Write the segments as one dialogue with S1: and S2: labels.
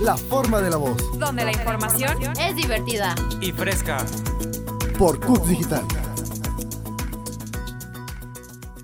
S1: la forma de la voz.
S2: donde la información
S3: Es divertida.
S4: y fresca.
S1: Por CUT Digital.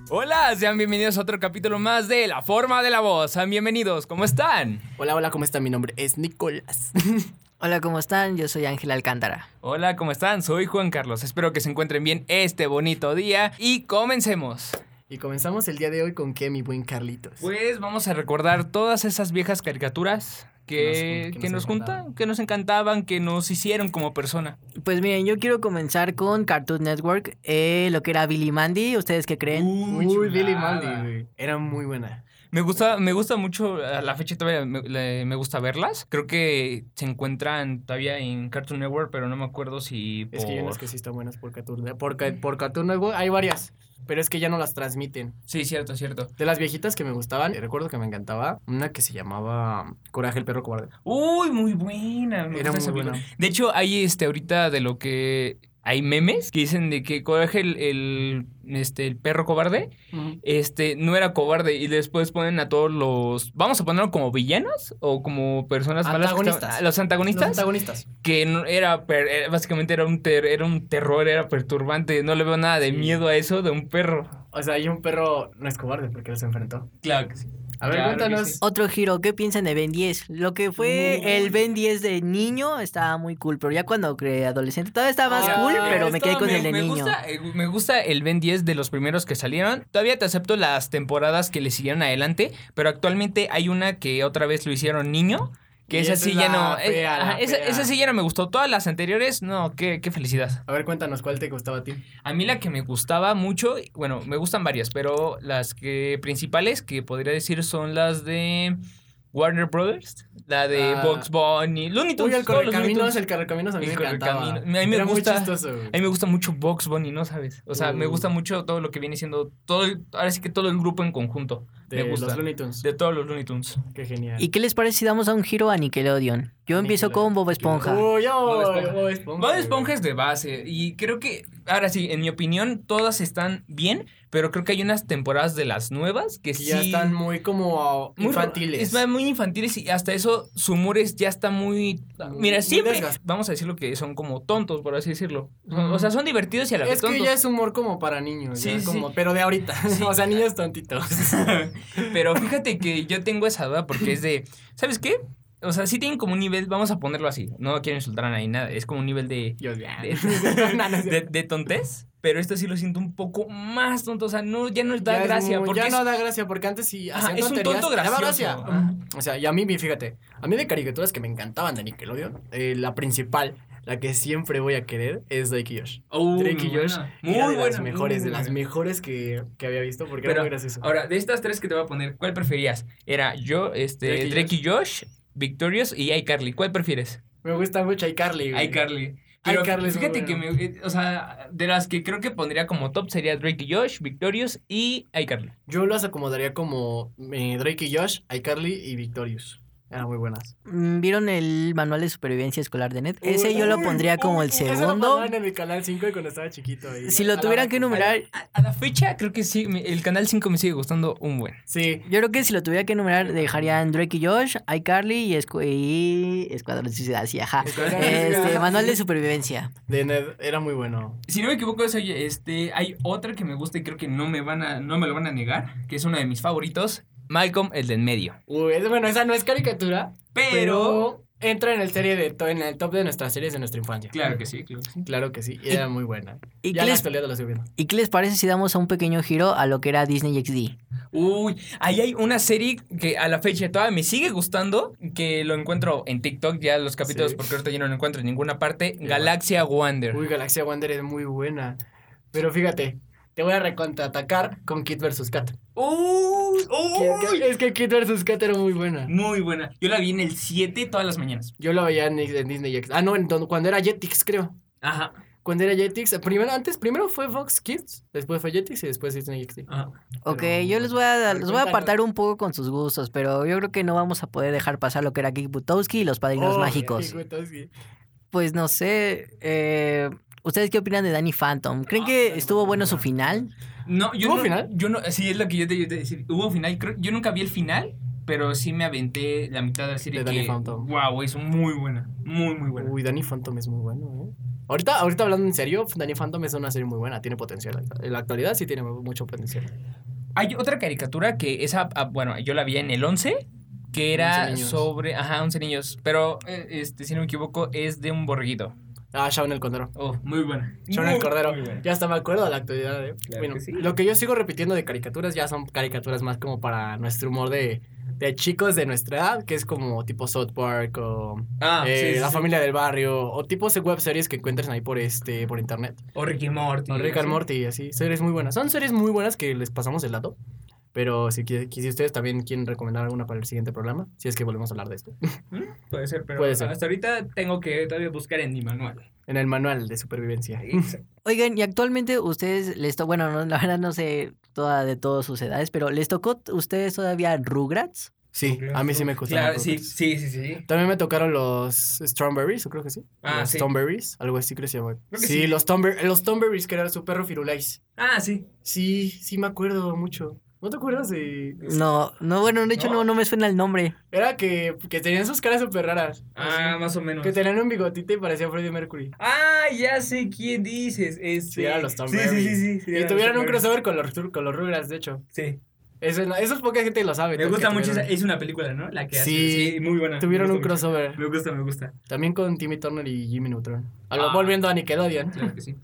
S4: Hola, sean bienvenidos a otro capítulo más de La Forma de la Voz. Sean bienvenidos, ¿cómo están?
S5: Hola, hola, ¿cómo están? Mi nombre es Nicolás.
S6: Hola, ¿cómo están? Yo soy Ángela Alcántara.
S4: Hola, ¿cómo están? Soy Juan Carlos. Espero que se encuentren bien este bonito día y comencemos.
S5: Y comenzamos el día de hoy con qué, mi buen Carlitos.
S4: Pues vamos a recordar todas esas viejas caricaturas que,
S5: Que nos- que
S4: que
S5: nos
S4: nos, junta-
S5: encantaban.
S4: que nos encantaban, que nos hicieron como persona.
S6: Pues miren, yo quiero comenzar con Cartoon Network, eh, lo que era Billy Mandy. ¿Ustedes qué creen?
S5: Uy,
S4: chulada.
S5: Billy Mandy, güey. Era muy buena.
S4: Me gusta, me gusta mucho, a la fecha todavía me, le- me gusta verlas. Creo que se encuentran todavía en Cartoon Network, pero no me acuerdo si
S5: Es que hay
S4: por-
S5: unas que sí están buenas por Cartoon Por, Ca- por Cartoon Network hay varias, pero es que ya no las transmiten.
S4: Sí, cierto, cierto.
S5: De las viejitas que me gustaban, eh, recuerdo que me encantaba una que se llamaba um, Coraje el perro cobarde.
S4: Uy, muy buena. me
S5: Era
S4: gusta esa
S5: muy
S4: película.
S5: buena.
S4: De hecho, hay este ahorita de lo que hay memes que dicen de que coraje el, el, este el perro cobarde, este no era cobarde y después ponen a todos los vamos a ponerlo como villanos o como personas malas, que
S5: Antagonistas.
S4: estaban- a los
S5: Los
S4: antagonistas
S5: antagonistas.
S4: que no- era per- era- básicamente era un ter- era un terror, era perturbante, no le veo nada de
S5: Sí.
S4: miedo a eso de un perro.
S5: O sea, hay un perro no es cobarde porque los enfrentó.
S4: Claro que sí.
S5: A ver,
S4: Claro que
S5: cuéntanos.
S4: sí.
S6: Otro giro, ¿qué piensan de Ben 10? Lo que fue
S5: Uy.
S6: el Ben 10 de niño estaba muy cool, pero ya cuando creé adolescente todavía estaba más
S4: Ah,
S6: cool, pero me
S4: esto
S6: quedé con el de
S4: me
S6: niño.
S4: Gusta, eh, me gusta el Ben 10 de los primeros que salieron. Todavía te acepto las temporadas que le siguieron adelante, pero actualmente hay una que otra vez lo hicieron niño. Que
S5: Y
S4: esa
S5: esa
S4: sí
S5: es
S4: ya
S5: la
S4: no. eh,
S5: fea, la
S4: ajá, esa,
S5: fea.
S4: esa sí ya no me gustó. Todas las anteriores, no, qué, qué felicidad.
S5: A ver, cuéntanos, ¿cuál te gustaba a ti?
S4: A mí la que me gustaba mucho, bueno, me gustan varias, pero las que principales que podría decir son las de Warner Brothers, la de
S5: Ah.
S4: Box Bunny, Looney
S5: Uy,
S4: Tunes,
S5: el
S4: todos los Looney
S5: correcaminos,
S4: Tunes.
S5: el correcaminos a mí
S4: El
S5: me encantaba.
S4: correcamino- a mí me
S5: Era
S4: gusta-
S5: muy chistoso, güey.
S4: A mí me gusta mucho Box Bunny, ¿no sabes? O sea, me
S5: Mm.
S4: gusta mucho todo lo que viene siendo todo, el- ahora sí que todo el grupo en conjunto.
S5: De
S4: me gusta.
S5: los Looney Tunes.
S4: De todos los Looney Tunes.
S5: Qué genial.
S6: ¿Y qué les parece si damos a un giro a Nickelodeon? Yo empiezo
S5: Nickelodeon.
S6: con Bob Esponja.
S5: Uy, ya
S4: Bob
S5: voy,
S4: Esponja.
S5: Bob Esponja.
S4: Bob Esponja es de base y creo que ahora sí, en mi opinión todas están bien, pero creo que hay unas temporadas de las nuevas que
S5: Que
S4: sí
S5: ya están muy como
S4: muy ra-
S5: infantiles.
S4: Es más, muy infantiles y hasta eso su humor es- ya está muy Mira,
S5: Muy
S4: siempre
S5: desgastado.
S4: vamos a decir lo que son como tontos, por así decirlo. Son- O sea, son divertidos y a la vez
S5: Es que
S4: tontos.
S5: ya es humor como para niños,
S4: Sí,
S5: ya
S4: sí,
S5: como,
S4: sí.
S5: pero de ahorita.
S4: Sí.
S5: O sea, niños tontitos.
S4: Pero fíjate que yo tengo esa duda porque es de, ¿sabes qué? O sea, sí tienen como un nivel, vamos a ponerlo así, no quiero insultar a nadie, nada, es como un nivel de,
S5: Yo de,
S4: de,
S5: No, no es
S4: de,
S5: cierto.
S4: de tontez, pero esto sí lo siento un poco más tonto, o sea, no, ya no da
S5: Ya es
S4: gracia.
S5: muy-
S4: porque
S5: ya
S4: es-
S5: no da gracia, porque antes sí
S4: Ajá,
S5: hacían
S4: es un
S5: tonterías,
S4: tonto
S5: daba
S4: gracioso,
S5: gracia.
S4: ajá.
S5: O sea, y a mí, mi- fíjate, a mí de caricaturas que me encantaban de Nickelodeon, eh, la principal, la que siempre voy a querer, es Drake y Josh.
S4: Oh,
S5: Drake y
S4: muy
S5: Josh
S4: buena.
S5: era de
S4: buena,
S5: las mejores,
S4: muy
S5: de las
S4: buena.
S5: mejores que, que había visto, porque era
S4: Pero,
S5: muy gracioso.
S4: Ahora, de estas tres que te voy a poner, ¿cuál preferías? Era yo, este,
S5: Drake
S4: Drake
S5: y
S4: y, Josh, Victorious y iCarly. ¿Cuál prefieres?
S5: me gusta mucho iCarly, güey.
S4: iCarly. Pero
S5: iCarly es muy
S4: fíjate que
S5: bueno.
S4: me, eh, o sea, de las que creo que pondría como top sería Drake y Josh, Victorious y iCarly.
S5: Yo las acomodaría como eh, Drake y Josh, iCarly y Victorious. Eran muy buenas.
S6: Mm, ¿Vieron el manual de supervivencia escolar de Net? Ese yo lo pondría como el
S5: Eso lo
S6: segundo.
S5: pasaban en el canal 5 y cuando estaba chiquito. ahí.
S6: Si lo tuvieran que enumerar,
S4: A, a la fecha creo que sí, me- el canal 5 me sigue gustando un buen.
S5: Sí.
S6: Yo creo que si lo tuviera que enumerar, dejarían Drake y Josh, iCarly y, Escu- y Escuadrón Suicida, sí, ajá.
S5: Escuadrón
S6: Este,
S5: Suicida.
S6: manual de supervivencia.
S5: De Ned era muy bueno.
S4: Si no me equivoco, es- oye, este, hay otra que me gusta y creo que no me van a, no me lo van a negar, que es uno de mis favoritos, Malcolm el del medio.
S5: Uy, es- bueno, esa no es caricatura,
S4: Pero,
S5: pero entra en el serie de to- en el top de nuestras series de nuestra infancia.
S4: claro que sí, claro que sí.
S5: Claro que sí, y era muy buena.
S6: ¿Y
S5: ya
S6: qué,
S5: en la
S6: les,
S5: actualidad la estoy viendo.
S6: ¿Y qué les parece si damos a un pequeño giro a lo que era Disney XD?
S4: Uy, ahí hay una serie que a la fecha todavía me sigue gustando, que lo encuentro en TikTok, ya los capítulos
S5: Sí.
S4: porque ahorita yo no lo encuentro en ninguna parte,
S5: bueno.
S4: Galaxia Wonder.
S5: Uy, Galaxia Wander es muy buena. Pero fíjate, te voy a recontraatacar con Kid vs. Kat.
S4: Uy,
S5: Que- que- Es que Kid vs. Kat era muy buena.
S4: Muy buena. Yo la vi en el 7 todas las mañanas.
S5: Yo la veía en, en Disney X. Ah, no, en don- cuando era Jetix, creo.
S4: Ajá.
S5: Cuando era Jetix, eh, primero, antes, primero fue Fox Kids, después fue Jetix y después Disney XD.
S6: Ah,
S4: ajá.
S6: Ok,
S5: Pero-
S6: yo les voy a,
S5: a ver,
S6: los voy a
S5: cuéntanos.
S6: apartar un poco con sus gustos, pero yo creo que no vamos a poder dejar pasar lo que era Kick Butowski y los padrinos
S5: Oh,
S6: mágicos.
S5: Kid Butowski.
S6: Pues no sé, eh, ¿ustedes qué opinan de Danny Phantom? ¿Creen
S4: Ah,
S6: que
S4: Danny
S6: estuvo
S4: Phantom,
S6: bueno
S4: muy
S6: su
S4: bueno.
S6: final?
S4: No, yo
S5: ¿Hubo
S4: no-
S5: final?
S4: Yo no, sí, es lo que yo te iba a decir. Hubo final, creo- yo nunca vi el final, pero sí me aventé la mitad de la serie
S5: De Danny
S4: que,
S5: Phantom.
S4: wow, es muy buena, muy, muy buena.
S5: Uy, Danny Phantom es muy bueno, ¿eh? Ahorita, ahorita hablando en serio, Danny Phantom es una serie muy buena, tiene potencial. En la actualidad sí tiene mucho potencial.
S4: Hay otra caricatura que esa, ah, bueno, yo la vi en el 11, que era
S5: 11 niños.
S4: sobre, ajá, 11 niños, pero eh, este, si no me equivoco, es de un borguito.
S5: Ah, Shaun el Cordero.
S4: Oh, muy buena.
S5: Shaun
S4: Muy,
S5: el Cordero.
S4: muy buena.
S5: Ya hasta me acuerdo de la actualidad. ¿eh?
S4: Claro
S5: bueno,
S4: que sí.
S5: lo que yo sigo repitiendo de caricaturas ya son caricaturas más como para nuestro humor de, de chicos de nuestra edad, que es como tipo South Park o
S4: Ah,
S5: eh,
S4: sí, sí,
S5: La
S4: sí.
S5: Familia del Barrio o tipos de web series que encuentras ahí por, este, por internet.
S4: O Rick y Morty.
S5: O Rick and
S4: sí.
S5: Morty y así. Series muy buenas. Son series muy buenas que les pasamos el dato. Pero si, qui- si ustedes también quieren recomendar alguna para el siguiente programa, si es que volvemos a hablar de esto.
S4: Mm, Puede ser, pero
S5: Puede ser.
S4: hasta ahorita tengo que todavía buscar en mi manual.
S5: En el manual de supervivencia.
S6: Oigan, y actualmente ustedes les tocó, bueno, no, la verdad no sé toda de todas sus edades, pero ¿les tocó t- ustedes todavía Rugrats?
S5: Sí, a mí sí me gusta.
S4: Claro, sí, sí, sí, sí.
S5: También me tocaron los Strawberries, o creo que sí.
S4: Ah,
S5: los
S4: sí.
S5: Strawberries, algo así creo que se llama.
S4: Creo que
S5: Sí,
S4: sí.
S5: los Tomber, los Tomberries, que era su perro Firulais.
S4: Ah, sí.
S5: Sí, sí me acuerdo mucho. ¿No te acuerdas de...?
S6: No, no, bueno, de hecho
S4: No.
S6: no, no me suena el nombre.
S5: Era que, que tenían sus caras súper raras.
S4: Ah, más o menos.
S5: Que tenían un bigotito y parecía Freddie Mercury.
S4: Ah, ya sé quién dices. Este...
S5: Sí, eran los Tom
S4: Sí, sí, sí,
S5: Berries.
S4: sí, sí,
S5: Y
S4: eran
S5: tuvieron
S4: los
S5: un
S4: Tom
S5: crossover con los, tur- con los Rugrats, de hecho.
S4: Berries. Sí.
S5: Eso, no- eso poca gente lo sabe.
S4: Me
S5: tú,
S4: gusta
S5: que
S4: mucho esa.
S5: tuvieron-
S4: Es una película, ¿no? La que hace.
S5: Sí,
S4: muy buena. Me
S5: Tuvieron
S4: gusta
S5: un
S4: mucho.
S5: crossover.
S4: Me gusta, me gusta.
S5: También con Timmy Turner y Jimmy Neutron. Algo-
S4: Ah.
S5: Volviendo a Nickelodeon.
S4: Claro que sí.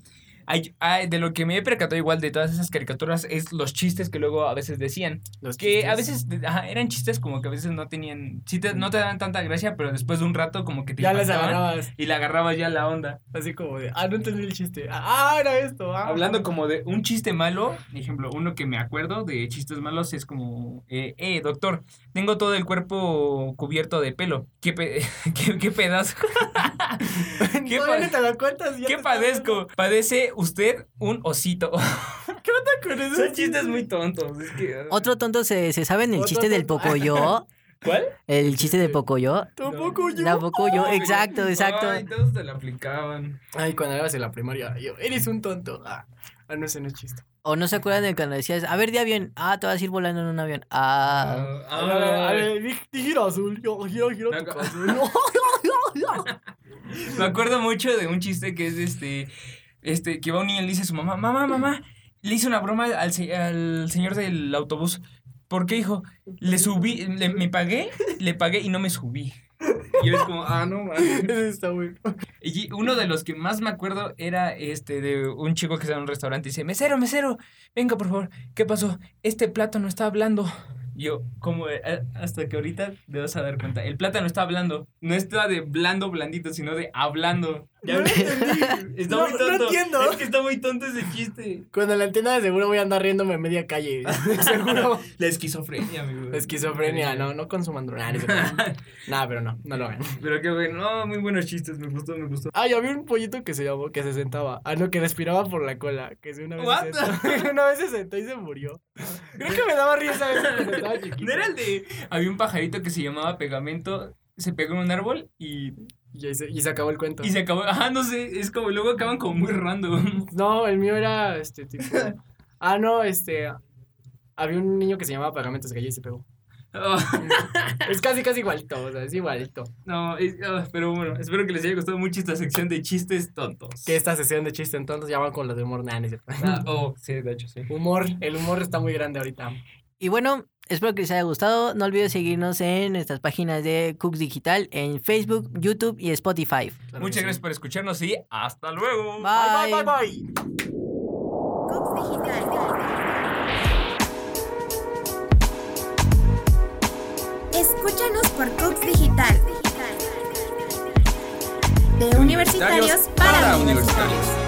S4: Ay, ay, de lo que me he percatado igual de todas esas caricaturas es los chistes que luego a veces decían.
S5: Los
S4: Que a
S5: chistes.
S4: veces ajá, eran chistes como que a veces no tenían. Sí, te- no te daban tanta gracia, pero después de un rato como que te
S5: Ya les
S4: impactaban
S5: agarrabas.
S4: Y le agarrabas ya la onda.
S5: Así como de, ah, no entendí el chiste. Ah, era esto. Ah.
S4: Hablando como de un chiste malo, por ejemplo, uno que me acuerdo de chistes malos es como, eh, "Eh, doctor, tengo todo el cuerpo cubierto de pelo. ¿Qué, pe- qué, qué pedazo? ¿Qué,
S5: Todavía
S4: pa-
S5: ni te lo cuentas. ya
S4: qué
S5: te estás
S4: padezco? Padece usted un osito.
S5: con esos
S4: Son chistes muy tontos. es que- ah.
S6: Otro tonto se, se saben el
S5: Otro
S6: chiste del
S5: tonto.
S6: Pocoyo,
S4: ¿Cuál?
S6: el chiste del Pocoyo.
S5: Tampoco yo.
S6: La Pocoyo, exacto, exacto.
S4: Ay, todos te lo aplicaban.
S5: Ay, cuando eras en la primaria, yo, eres un tonto. Ah, ah, no, ese no es chiste.
S6: O no se acuerdan de cuando decías, a ver, de avión, ah, te vas a ir volando en un avión. Ah,
S5: A ver, a ver, di, di giro azul. Yo, giro, giro
S4: No,
S5: tu
S4: co-
S5: azul. No.
S4: Me acuerdo mucho de un chiste que es este, este, que va un niño y le dice a su mamá, mamá, mamá, le hice una broma al, se- al señor del autobús. ¿Por qué, hijo? Le subí, le- me pagué, le pagué y no me subí. Y yo es como, ah, no, mames.
S5: Ese está bueno.
S4: Y uno de los que más me acuerdo era este de un chico que está en un restaurante y dice, mesero, mesero, venga por favor, ¿qué pasó? Este plato no está hablando. Yo, como eh, hasta que ahorita te vas a dar cuenta, el plátano está hablando, no está de blando, blandito, sino de hablando.
S5: No lo
S4: entendí. Está
S5: No,
S4: muy
S5: no
S4: tonto.
S5: entiendo.
S4: Es que está muy tonto ese chiste.
S5: Cuando la entienda, de seguro voy a andar riéndome media calle. de seguro.
S4: La esquizofrenia, amigo.
S5: Esquizofrenia, no, no consuman drogas. Nada, pero no, no lo hagan.
S4: Pero qué bueno, no, muy buenos chistes, me gustó, me gustó.
S5: Ay, había un pollito que se llamó, que se sentaba. Ah, no, que respiraba por la cola. Que se una vez
S4: What?
S5: se sentó. una vez se sentó y se murió. Creo que me daba risa eso cuando estaba chiquito.
S4: ¿No era el de...? Había un pajarito que se llamaba Pegamento, se pegó en un árbol y
S5: Y, ahí se, y se acabó el cuento.
S4: Y se acabó. Ajá, no sé. Es como luego acaban como muy random.
S5: No, el mío era este tipo. ah, no, este. Había un niño que se llamaba Pagamentos Gallo y se pegó.
S4: Ah,
S5: Es casi, casi igualito, o sea, es igualito.
S4: no, es- ah, pero bueno, espero que les haya gustado mucho esta sección de chistes tontos.
S5: Que esta sesión de chiste entonces ya van con los de humor, nada, no es cierto.
S4: Ah, oh, sí, de hecho, sí.
S5: Humor, el humor está muy grande ahorita.
S6: Y bueno, espero que les haya gustado. No olviden seguirnos en nuestras páginas de Cooks Digital, en Facebook, YouTube y Spotify.
S4: Muchas gracias por escucharnos y hasta luego.
S5: Bye, bye, bye, bye.
S2: Cooks Digital. Escúchanos por Cooks Digital. De universitarios para universitarios.